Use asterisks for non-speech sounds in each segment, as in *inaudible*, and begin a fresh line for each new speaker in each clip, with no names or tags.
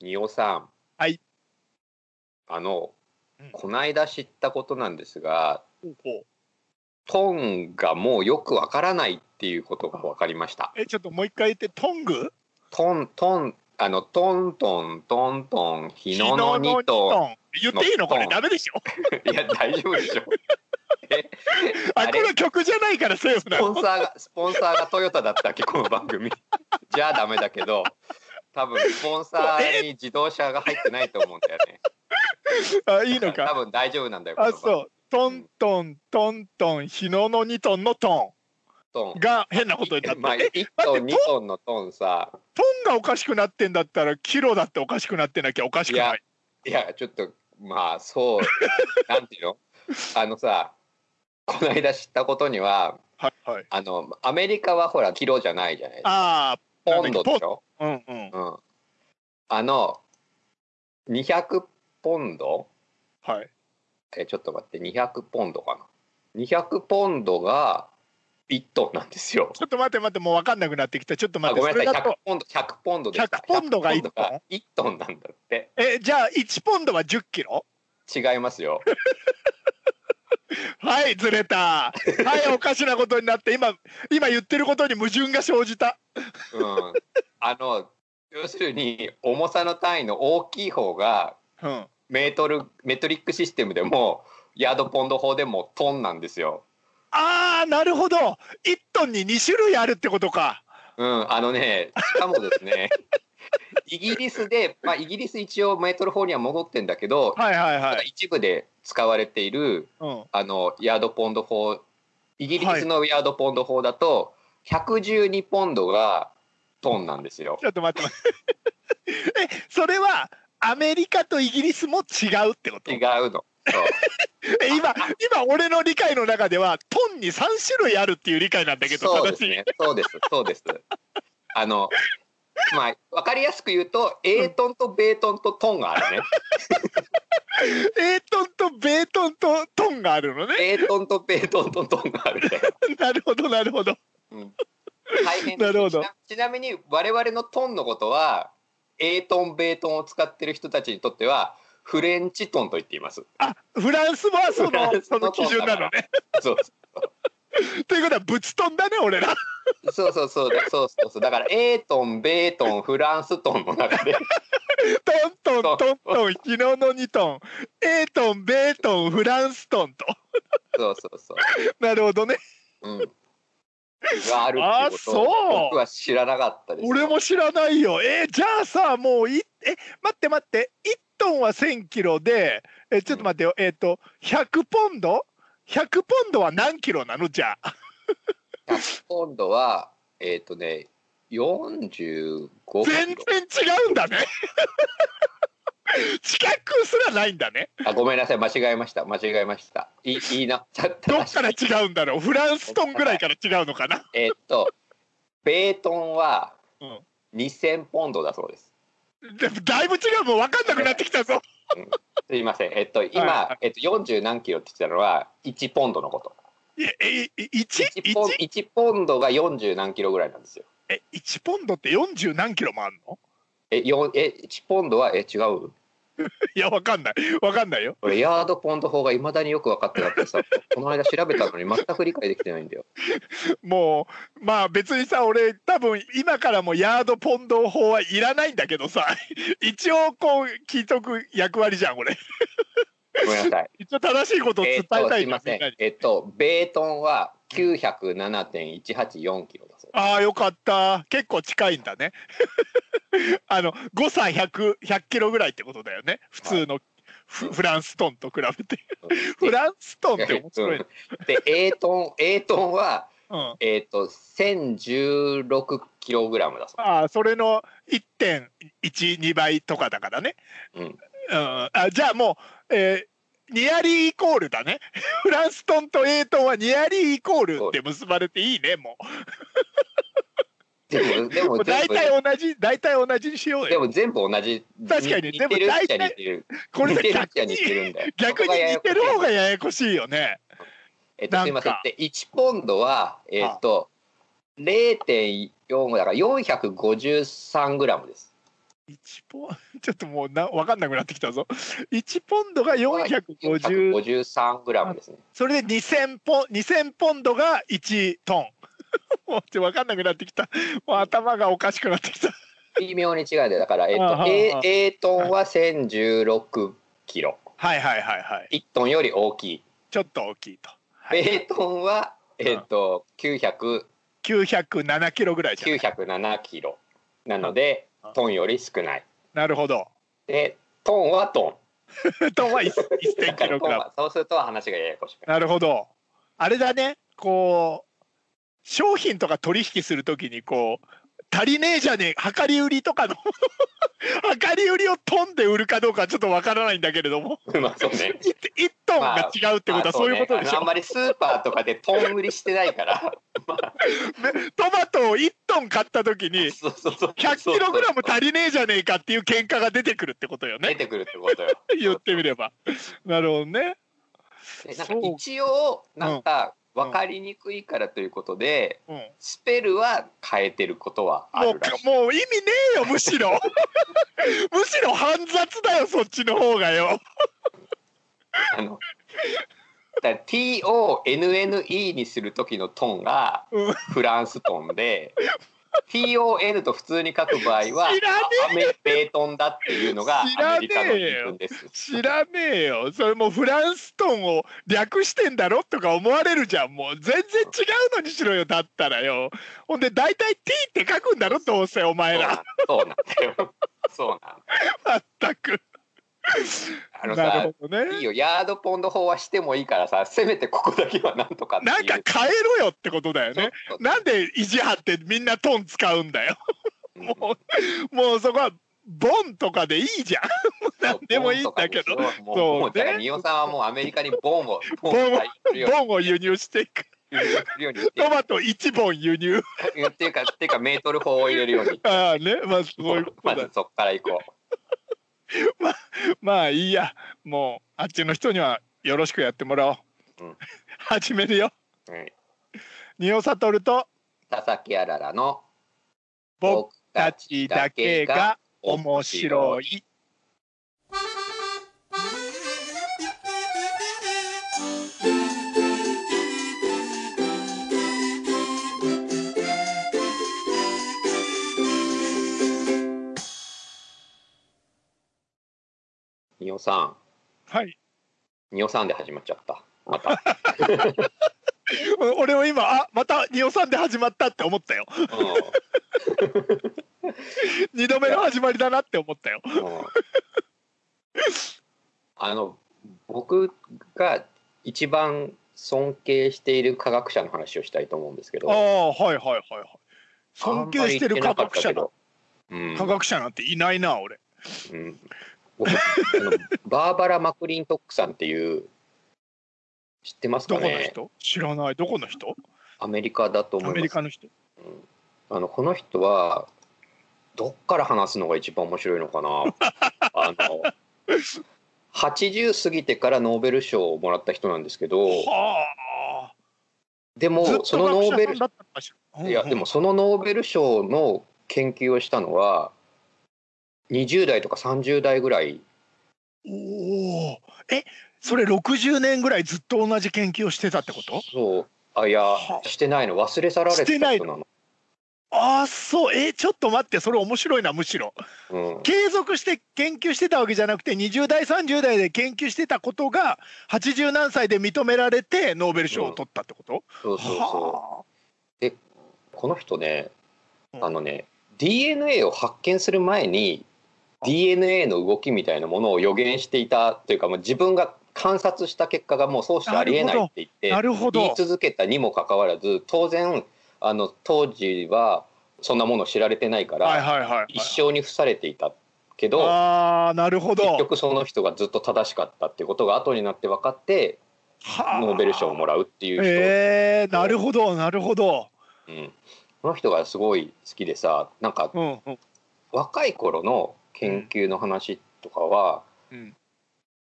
仁尾さん。
はい。
あの
うん、
こないだ知ったことなんですが、
ほうほう
トンがもうよくわからないっていうことが分かりました。
え、ちょっともう一回言って、トング
トントン、あの、トントン、トントン、日野の
昨
二
日
ト
ン。言っていいのこれ、
のトン
ダメでしょ
ン。いや、大丈夫でしょ。え
あ、
あ
こ
れ
れは曲じゃないからセーフ
ス
*laughs* な
ポン
の。
サーが、スポンサーがトヨタだったっけ、この番組。じゃあダメだけど、多分スポンサーに自動車が入ってないと思うんだよね。
あ、いいの
多
か。
分大丈夫なんだよ。
あ、
この番
そう。トントン、トントン、日野の2トンのト
トン
ン。が変なことにな
まあ、
って。え、
1トン2トンのトンさ
トンがおかしくなってんだったら、キロだっておかしくなってなきゃおかしくない。
いやちょっとまあ
*laughs*
そうなんていうのあのさこの間知ったことには
はいはい。
あのアメリカはほらキロじゃないじゃない
ああ、
ポンドでしょ、
ポン。うんうん。
うん、あの200ポンド
はい。
えちょっと待って200ポンドかな200ポンドが1トンなんですよ
ちょっと待って待って、もう分かんなくなってきた。ちょっと
あ
待って、
ごめん
そ
な
れ
さい
だ
100
と。
ポンド100ポンドでした
100ポンドが1トン
1001トンなんだって
え、じゃあ1ポンドは10キロ
違いますよ
はい、ずれた。はい、おかしなことになって、今、今言ってることに矛盾が生じた。
うんあの要するに重さの単位の大きい方が
うん。
メートルメトリックシステムでもヤードポンド法でもトンなんですよ。
あー、なるほど。1トンに2種類あるってことか。
うん、あのねしかもです
*laughs*
ねイギリスで、まあ、イギリス一応メートル法には戻ってんだけど、
はいはい
た
は
だ
い。
一部で使われている
うん。
あのヤードポンド法イギリスのヤードポンド法だと112ポンドがトンなんですよ。
ちょっと待って待って。 *laughs* え、それは、アメリカとイギリスも違うってこと
違う
え
の。そう
今、今、俺の理解の中では、トンに3種類あるっていう理解なんだけど、
そう
正
です
しい。
ね。そうです。そうです。あの、まあ、わかりやすく言うと、A トンとベートンとトンがあるね。
A トンとベートンとトンがあるのね。 *laughs*
A トンとベートンとトンがあるね。
なるほど、なるほど。
うん、大変
なるほど
ちなちなみに、我々のトンのことは、A トン、ベートンを使ってる人たちにとっては、フレンチトンと言っています。
あ、フランスはそ
フ *laughs* ラ
の
ンス
そ
の
の基準なのね。
そう
ということはぶち飛んだね俺ら。
そうそうそうそうそうそう。だから、A トン、ベートン、フランストンの中で、
トントントントン昨日の2トン A トンベートンフランストンと。
そうそうそう。
なるほどね。
うん。がある
あ
っていうことを
そう
僕は知らなかったです。
俺も知らないよ。えーじゃあさもういえ待って待って1トンは1,000キロでえちょっと待ってよ、えっ、と100ポンド100ポンドは何キロなのじゃあ
100ポンドは、えっ、とね、45ポンド。
全然違うんだね *laughs* 近くすらないんだね
あ、ごめんなさい、間違えました。間違えました。いいいな。た
ど
た
っから違うんだろうフランストンぐらいから違うのかな
えっと、ベートンは
うん
2000ポンドだそうです。
でもだいぶ違うもう分かんなくなってきたぞ。
すいません。えっと、今、
はいはい
えっと、40何キロって言ってたのは、1ポンドのこと。
いやえい一
1ポン
一
1ポンドが40何キロぐらいなんですよ。
え一ポンドって四十何キロもあんの？ *laughs*
え、よんえ1ポンドは、え、違う
いやわかんないわかんないよ。
俺、ヤードポンド法がいまだによく分かってなくて
*laughs*
さ、この間調べたのに全く理解できてないんだよ。
もうまあ別にさ俺多分今からもヤードポンド法はいらないんだけどさ *laughs* 一応こう聞いとく役割じゃん俺。
ごめんなさい。
一応正しい *laughs* ことを伝
え
え
っと、
た
す
い
い
じゃ
ま
んみ
せ
んなんに。。
えっと、ベートンは907.184キロだそうで
ああよかった結構近いんだね *laughs* あの誤差100100キロぐらいってことだよね普通の、フフランストンと比べて
す。
*laughs* フランストンって面白いね
うんで、エートン、エートンは、
うん、
えっと、1016キログラムだそ
ああそれの1.12倍とかだからね、
う。うん。
うん、あじゃあもう、えーニアリーイコールだね *laughs* フランストンとエイトンはニアリーイコールって結ばれていいねも
でも、で
うも
も、
う
全
大
部、
体同じ大体同じにしよう
で
よ
も全部同じ。
確かに
似てるっちゃ似てる。
これ
似
で
てるっ
逆
ちゃ
に
似てるんだよ。
逆
ここ
に
がや
似
やこ
て
しい
る方がややこしいよね
えっと、すいません
なんか。
で、1ポンドは、えっと、0.4だから453グラムです。
1ポンちょっともうな分かんなくなってきたぞ1ポンドが450
53グラムですね。
それで2000ポン2000ポンドが1トンもうちょっと分かんなくなってきたもう頭がおかしくなってきた
微妙に違うんで、だから、えっ、
あ
と、
あ
え
ああ
ー A トンは1016キロ。
はいはいはいはい
1トンより大きい。
ちょっと大きいと、はい
A トンは、えっ、と、900、
907キロぐらいじゃない
907キロ。なので
ああ、
トンより少ない。
なるほど
で、トンはト
トンは1
ン。だ
0
か
キ
ら
ロ
ト
グ
ン
ラ
*laughs*
ム
は、そうすると話がややこしくなる。
なるほど。あれだね、こう、商品とか取引するときに、こう、足りねえじゃねえ、量り売りとかの、 *laughs* 量り売りをトンで売るかどうかはちょっとわからないんだけれども、 *laughs*
まあそうね。
1, トンが違うってことはそういうことでし
あ
ょ。
のあんまりスーパーとかでトン売りしてない
*laughs*
から。
トマトを1トン買ったときに、
そうそうそう。
100キログラム足りねえじゃねえかっていう喧嘩が出てくるってことよ
出
ね。
てくるって
*laughs*
ことよ。
言ってみれば。なるほどね。
でなんか
そう
一応なんか分かりにくいからということで、
うん、
スペルは変えてることはあ
も
る
う
らしい。
もう意味ねえよむしろ *laughs* むしろ煩雑だよそっちの方がよ
あのだから TONNE にする時のトンが
うん
フランストンで TON と普通ねえと普通に書く場合は
知らね
アメ米トンだっていうのが
知らねえよ
アメリカの基準です。
知らねえよそれもうフランストンを略してんだろとか思われるじゃんもう全然違うのにしろよだったらよほんで大体 T って書くんだろどうせお前ら
そうなんだよ。そうなんだよ。
まったく
あの
な
さ
る、ほどね
いいよ、ヤードポンド法はしてもいいからさ、せめてここだけはなんとかっていう。
なんか変えろよってことだよね
そう
なんで意地張ってみんなトン使うんだよ
うん
もう *laughs* もうそこはボンとかでいいじゃんなんでもいいんだけ
そ
ど
うボンとかにしようもうもう
そうね
だから、ミオさんはもうアメリカにボンを、ボン
ボン
をするよ
ボンを輸入していく
うに、するようにって
トマト1本輸入 *laughs*
いうっていうか、っていうか、メートル法を入れるように。
ああねまあそういうこと
ま
だ
ずそこから行こ
まあいいやもうあっちの人にはよろしくやってもらおう、
うん
*laughs* 始めるよ
う。うん、
仁尾悟と
佐々木あららの
僕たちだけが面白い
ミオさん、
はい
ミオさんで始まっちゃった。ま
*laughs*
た。
俺は今あまた仁尾さんで始まったって思ったよ
う
二度目の始まりだなって思ったよ
んうんあの、僕が一番尊敬している科学者の話をしたいと思うんですけど。
ああはいはいはいはい尊敬してる科学者だ
の。うん
科学者なんていないな俺
うん僕あのバーバラ・マクリントックさんっていう知ってます
ど
か
この
ね
人知らないどこの人
アメリカだと
ア
思
メ
いま
リ
す
カの人
あのこの人はどっから話すのが一番面白いのかなあの80過ぎてからノーベル賞をもらった人なんですけど
は
で
あ
も
ずっ
そ
と
のノ
学
ーベ
者さん
ル
だったのかしらうん
いや
うん
でもそのノーベル賞の研究をしたのは20代とか30代ぐらい
おお、え、それ60年ぐらいずっと同じ研究をしてたってこと？
そうあいや
は
してないの忘れ去られ
して
て
な
た
い
人なの。
ああ、そう、え、ちょっと待って、それ面白いな、むしろ。
うん
継続して研究してたわけじゃなくて、20代、30代で研究してたことが80何歳で認められてノーベル賞を取ったってこと？
そうそうそ
は
う。この人ね、
うん
あのね、DNA を発見する前に DNA の動きみたいなものを予言していたというか、もう自分が観察した結果がもうそうしてありえないって言っ
あ、な
て
るほ
言い
ど。
続けたにもかかわらず、当然あの当時はそんなもの知られてないから、
はいはいはいはい。
一生に付されていたけど。
ああ、なるほ
結
ど。
局その人がずっと正しかったっていうことが後になって分かって
はあ
ノーベル賞をもらうっていう人
えー、なるほど、なるほど。
うん、この人がすごい好きでさなんか
うんうん
若い頃の研究の話とかは、
うん。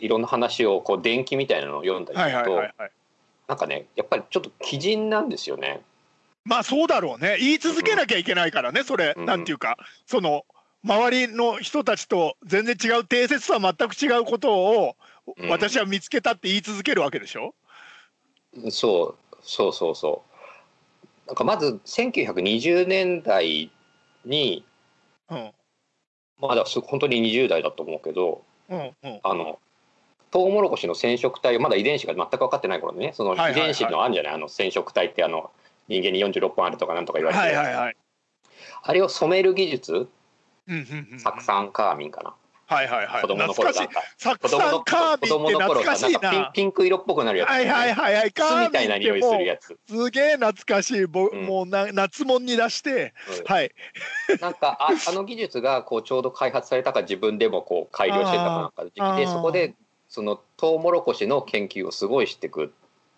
いろんな話をこう伝記みたいなのを読んだりす
はい
る
はい
と、
はいはい。
なんかねやっぱりちょっと奇人なんですよね。
まあそうだろうね言い続けなきゃいけないからねそれ、
うん
なんていうかその周りの人たちと全然違う定説とは全く違うことを
うん
私は見つけたって言い続けるわけでしょ、
そうそうそうそうなんかまず1920年代に
うん
まだす本当に20代だと思うけど
うんうん、
あのトウモロコシの染色体まだ遺伝子が全く分かってない頃でねその
はいはい
遺
はい
伝子のあるんじゃない,、あの染色体ってあの人間に46本あるとかなんとか言われて
は
る、
いはいはい。
あれを染める技術
うんうんうん
酢酸カーミンかな、
はいはいはい。
子供の頃な
懐かし
ん
い。
か子
サク
供
サ
の
ンカー
子
ビーっ
供
て
の
懐
頃
かし
さないん
な。
かピンピンク色っぽくなるやつ、
はいはいはいはい。カ
酢
ー
みたいな
ビ
匂
ーっ
い
て
す
も
る
う
やつ、
すげえ懐かしい。ぼ
うん
もうな夏もんに出して、
うん
はい。
なんかああの技術がこうちょうど開発されたか自分でもこう改良してたかなんかの時期で
あー
そこでそのトウモロコシの研究をすごいしていく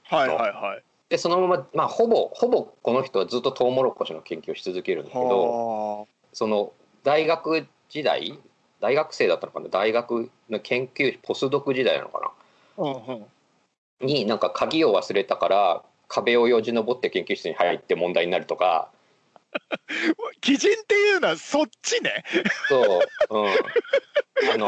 はいはいはい。
でそのまま、まあ、ほぼほぼこの人はずっとトウモロコシの研究をし続けるんだけど
は
その大学時代大学生だったのかな大学の研究ポスドク時代なのか
あ。うんうん。
なになんか鍵を忘れたから壁をよじ登って研究室に入って問題になるとか
基準っていうのはそっちね。
そう、
*laughs*
うん、あの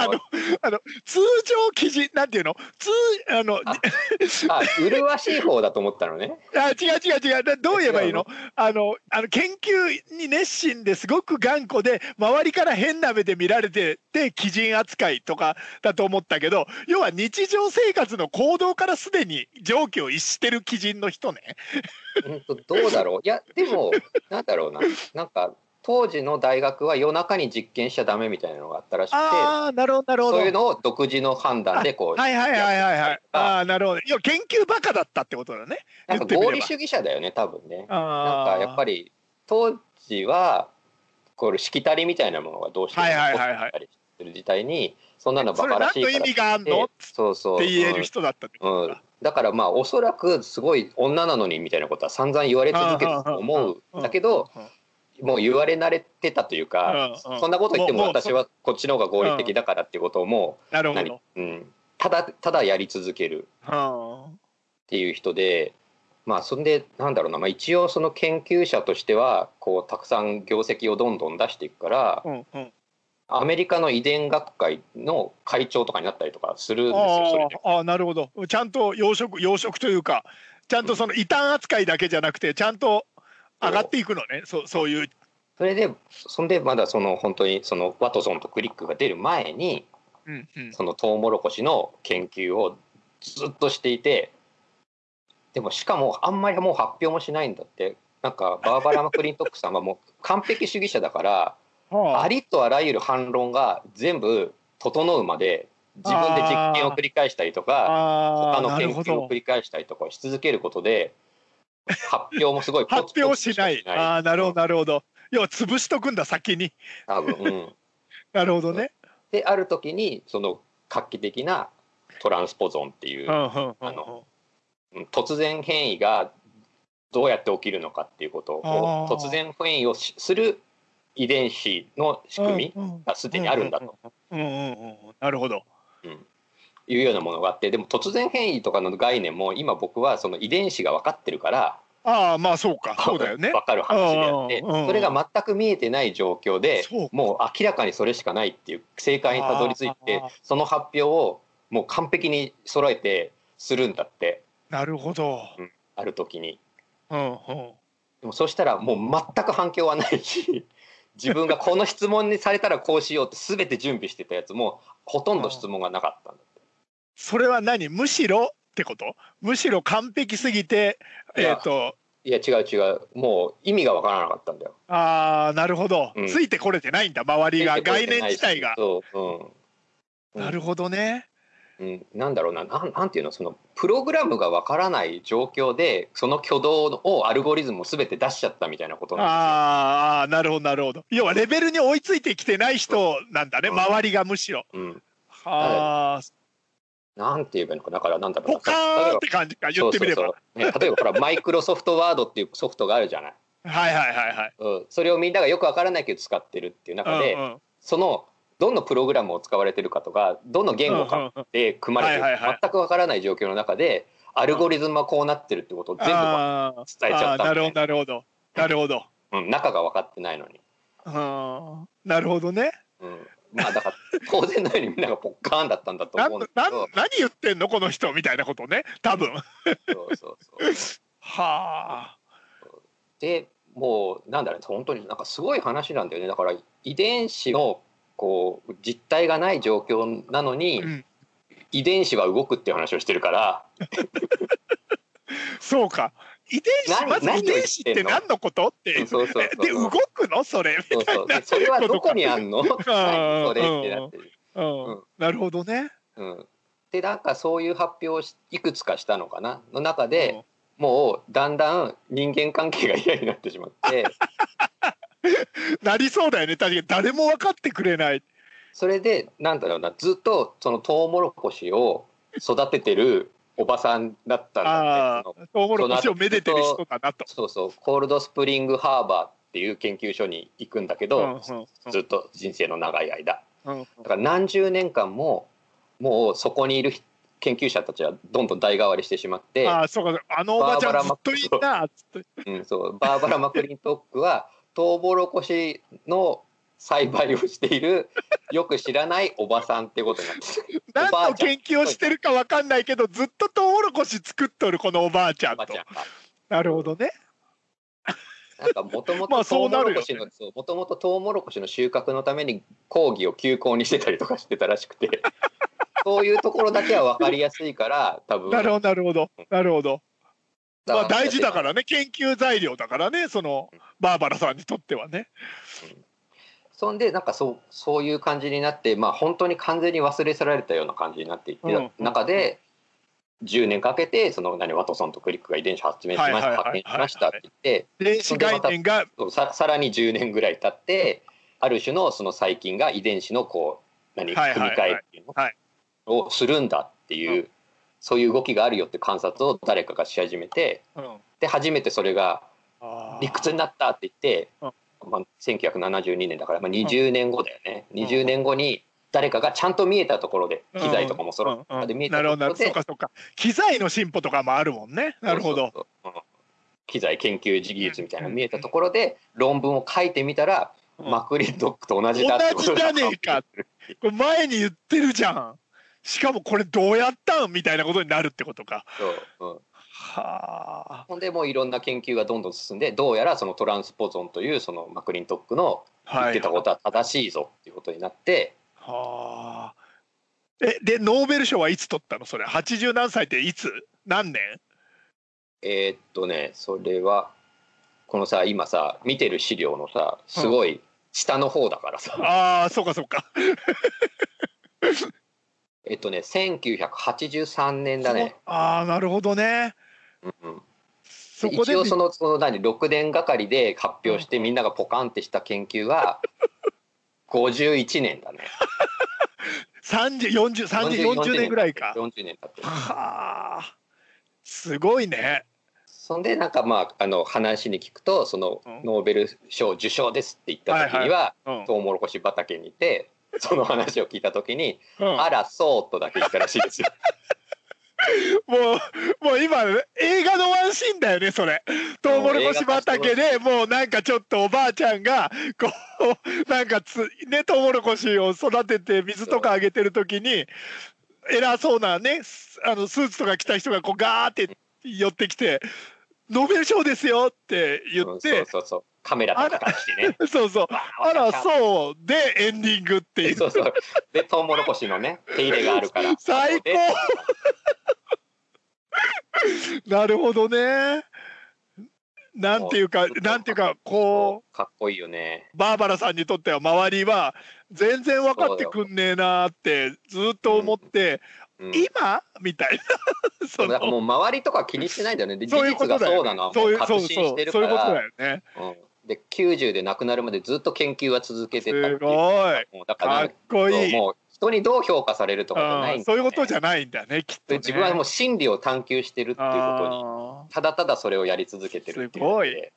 あの通常基準なんていうの？通あの
ああ麗しい方だと思ったのね。
あ違う違う違うだどう言えばいい
違うの
のあのあの研究に熱心ですごく頑固で周りから変な目で見られてて基人扱いとかだと思ったけど要は日常生活の行動からすでに常軌を逸してる基人の人ね。
うんとどうだろういやでもなんだろうななんか当時の大学は夜中に実験しちゃダメみたいなのがあったらしくて
ああなるほどなるほど。
そう
は
いう
い
のを独自の判断でこう、
はいはいはいはい。あ
あ
あーなるほど。要は研究バカだったってことだね。
なんか
言ってみれ
合
ば
理主義者だよね多分ねなん
あ
かやっぱ
り。
り当時はこれしきたりみたいなものがどうしても
はい
残
はい
っ
はいは
て
い
たりする時代にそんなの
そ
バ
れ
カらし
何
い
の
から
意味があん
で
のっ
そうそう
て言える人だったって
う
こと
ん
だ。
だからまあおそらくすごい女なのにみたいなことは散々言われ続けると思
うんうんうんう
うんだけど
うん
もう言われ慣れてたというか
うんうん
そんなこと言っても
もうもう
私はこっちの方が合理的だからっていうことをも
なる
う
ほ
何
ど。、
うん、ただただやり続ける
うん
っていう人で。まあそんでなんだろうな、まあ、一応その研究者としてはこうたくさん業績をどんどん出していくから
うんうん。
アメリカの遺伝学会の会長とかになったりとかするんですよそれで。
あーあーなるほどちゃんと養殖養殖というかちゃんとその異端扱いだけじゃなくてちゃんと上がっていくのねそうそういう
それでそんでまだその本当にそのワトソンとクリックが出る前に
うんうん
そのトウモロコシの研究をずっとしていてでもしかもあんまりもう発表もしないんだってなんかバーバラ・マクリントックさんはもう完璧主義者だからあ
は
りとあらゆる反論が全部整うまで自分で実験を繰り返したりとか
あ
他
あー
の
な
研
るほ
究を
ど
繰り返したりとかをし続けることで発表もすごいポツポツ
発表しない
し
ああーなるほどなるほど要は潰しとくんだ先に
多分、うん、
なるほどね
である時にその画期的なトランスポゾンっていううん
う、んうんうん
あのうん突然変異がどうやって起きるのかっていうことを
あー
突然変異をしする遺伝子の仕組み
うんうん
がすでにあるんだと
うんうんうんうんなるほど
いうようなものがあってでも突然変異とかの概念も今僕はその遺伝子が分かってるから
ああまあそうかそうだよね
分かる話であっ
うんうんうん
てそれが全く見えてない状況で
そうか
もう明らかにそれしかないっていう正解にたどり着いて
あー
その発表をもう完璧に揃えてするんだって
なるほど
ある時に。
うんうん
でもそしたらもう全く反響はないし自分がこの質問にされたらこうしようって全て準備してたやつもほとんど質問がなかったんだ
それは何むしろってことむしろ完璧すぎて
いや
えっと
いや違う違うもう意味がわからなかったんだよ
あーなるほど、
うん
ついてこれてないんだ周りが
全然覚え
概
て
念
ないし
自体が、
そう、うんうん
なるほどね
うん、なんだろうななんなんていうのそのプログラムがわからない状況でその挙動をアルゴリズムを全て出しちゃったみたいなことなん
あーあーなるほどなるほど要はレベルに追いついてきてない人なんだね、
うん
周りがむしろ
ですよ、うん、
あー
なんて言えばいいのかだからなんだろう
ポ
な
カーンって感じか言
そ
っ
う
て
そ
み
う
れば
そうね例えばほらマイクロソフトワードっていうソフトがあるじゃない
はいはいはいはい
うん、それをみんながよくわからないけど使ってるっていう中で、
うんうん
そのどのプログラムを使われてるかとかどの言語
うんう
か
んうん
で組まれてる
はいはいは
か
い
全くわからない状況の中でアルゴリズムはこうなってるってことを全部伝
あー
えちゃ
あ
っ
ー
た
な
みた
るほ
い
ど
*laughs*
なるほど
な、う
なるほど
ん、中が分かってないのに、
うんなるほどね
うん、まあだから当然のようにみんながポッカーンだったんだと
なん
思うん
な
だけ
ん
ど
何言ってんのこの人みたいなことね多分
そうそうそう
はあ
でもうなんだろうね本当になんかすごい話なんだよねだから遺伝子のこう実体がない状況なのに、
うん
遺伝子は動くっていう話をしてるから
そうか遺伝子
何
まず
何を
遺伝子って
言ってんの
何のことって
そうそうそう
で動くのそれ
そうそうでそれはどこにあん
*laughs*
の何それってなってる。
うん
うん
なるほどね
うん、でなんかそういう発表をしいくつかしたのかなの中
うん
で、もうだんだん人間関係が嫌になってしまって
*laughs* なりそうだよね確かに誰も分かってくれない
それでなんだろうなずっとそのトウモロコシを育ててるおばさんだったんだ
あ
ってその
あトウモロコシをめでてる人だなと。
そうそうコールドスプリングハーバーっていう研究所に行くんだけど、ずっと人生の長い間
うんうんうん
だから何十年間ももうそこにいる研究者たちはどんどん代替わりしてしまって。
ああそうかあのおばちゃんずっといいなつって
うん、そうバーバラ・マクリントックはトウモロコシの栽培をしているよく知らないおばさんってことになってる
何
おばあ
の
ちゃん
研究をしてるか分かんないけどずっとトウモロコシ作っとるこのおばあちゃ
お
ん
ば
と
あちゃんが。
なるほどね
なんかもとも
ま
とト
あそう
ウ
な
モ
る
ロ
よね
コシのそうもともとトウモロコシの収穫のために講義を休校にしてたりとかしてたらしくて
*laughs*
そういうところだけは分かりやすいから多分
なるほどなるほどなるほどまあ大事だかららね研究材料だからねそのバーバラさんにとってはね
そんでなんかそうそういう感じになって、まあ、本当に完全に忘れ去られたような感じになっていって、
うん
中で10年かけてその何ワトソンとクリックが遺伝子発明しました、
はいはいはいはい
発見しましたって言って
電子概念が
そうささらに10年ぐらい経ってある種のその細菌が遺伝子のこう何
はい
組
は
み
いはい
替えっていう
はい
のをするんだっていう、
う
そういう動きがあるよって観察を誰かがし始めて
うん
で初めてそれが
あー
理屈になったって言って、
うん
まあ、1972年だから、まあ、
ん
20年後だよね、
ん
20年後に誰かがちゃんと見えたところで機材とかも揃
うんうん
っ
うん
て見えた
なるほ
ところ
どなるほどそ
で
うかそうか機材の進歩とかもあるもんねなるほど
そうそうそううん機材研究技術みたいなの見えたところで論文を書いてみたら、
うん
マクリンドックと同
同
じだってこ
じ
と
じゃねえかこれ前に言ってるじゃんしかもこれどうやったんみたいなことになるってことか
そううん
はあ
ほんでもういろんな研究がどんどん進んでどうやらそのトランスポゾンというそのマクリントックの言ってたことは正しいぞっていうことになって、
はあえでノーベル賞はいつ取ったのそれ80何歳っていつ何年
えーっとねそれはこのさ今さ見てる資料のさすごい下の方だからさ、
ああそうかそうか
えっとね1983年だね、
ああなるほどね
うんうん
そこで
一応そのその何6年がかりで発表してみんながポカンってした研究
*laughs*
は51年だね
3040年ぐらいか
40年だって
はあすごいね
そんでなんかまああの話に聞くとその
うん
ノーベル賞受賞ですって言った時には
うん、
トウモロコシ畑にいてその話を聞いた時に
うん
あら、そうとだけ言ったらしいですよ。
もう、もう今、映画のワンシーンだよね、それ。トウモロコシ畑で、もうなんかちょっとおばあちゃんが、こう、 *laughs* なんかつ、ね、トウモロコシを育てて水とかあげてる時に、偉そうなね、スあのスーツとか着た人がこうガーって寄ってきて、ノーベル賞ですよって言
うん
っ
そう
て、
そうそう。カメラとかしてね。
そうそう、あら、そう、で、エンディングっていう。
そうそう。で、トウモロコシのね、手入れがあるから。
最高
で
なるほどね。なんていうか、なんていうか、こう。
かっこいいよね。
バーバラさんにとっては周りは全然分かってくんねえなーってずっと思って、
うん、
今みたいな *laughs* そ
そうだから
の
もう周りとか気にしてないんだよね。で、事
そういうこ
実が
とだよね
そうなのはも
そう
う
いうそ
確
う
信
そう
してる
そ
か
ういうことだ
ら。
よね
うんで、90で亡くなるまでずっと研究は続けてたってい
す
う
ごい
もうだから
かっこいい
もう人にどう評価されるとかじゃないんだよ
う
ね
んそういうことじゃないんだねきっと
で
ね
自分はもう真理を探求してるっていうことに
あ
ただただそれをやり続けてるっていうので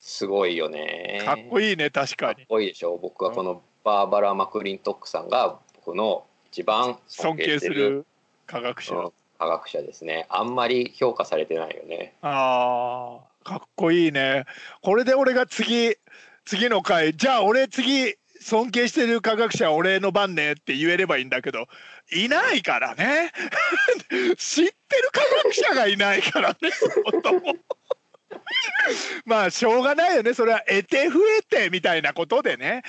すごいよね
ーかっこいいね確か
かっ
に
こいいでしょ僕はこのバーバラ・マクリントックさんが僕の一番
尊
尊
敬
敬
す
する
る科学者、
うん科学者ですねあんまり評価されてないよね
あーかっこいいねこれで俺が次次の回じゃあ俺次尊敬してる科学者はお礼の番ねって言えればいいんだけどいないからね *laughs* 知ってる科学者がいないからねこと *laughs* もまあしょうがないよねそれは得て増えてみたいなことでね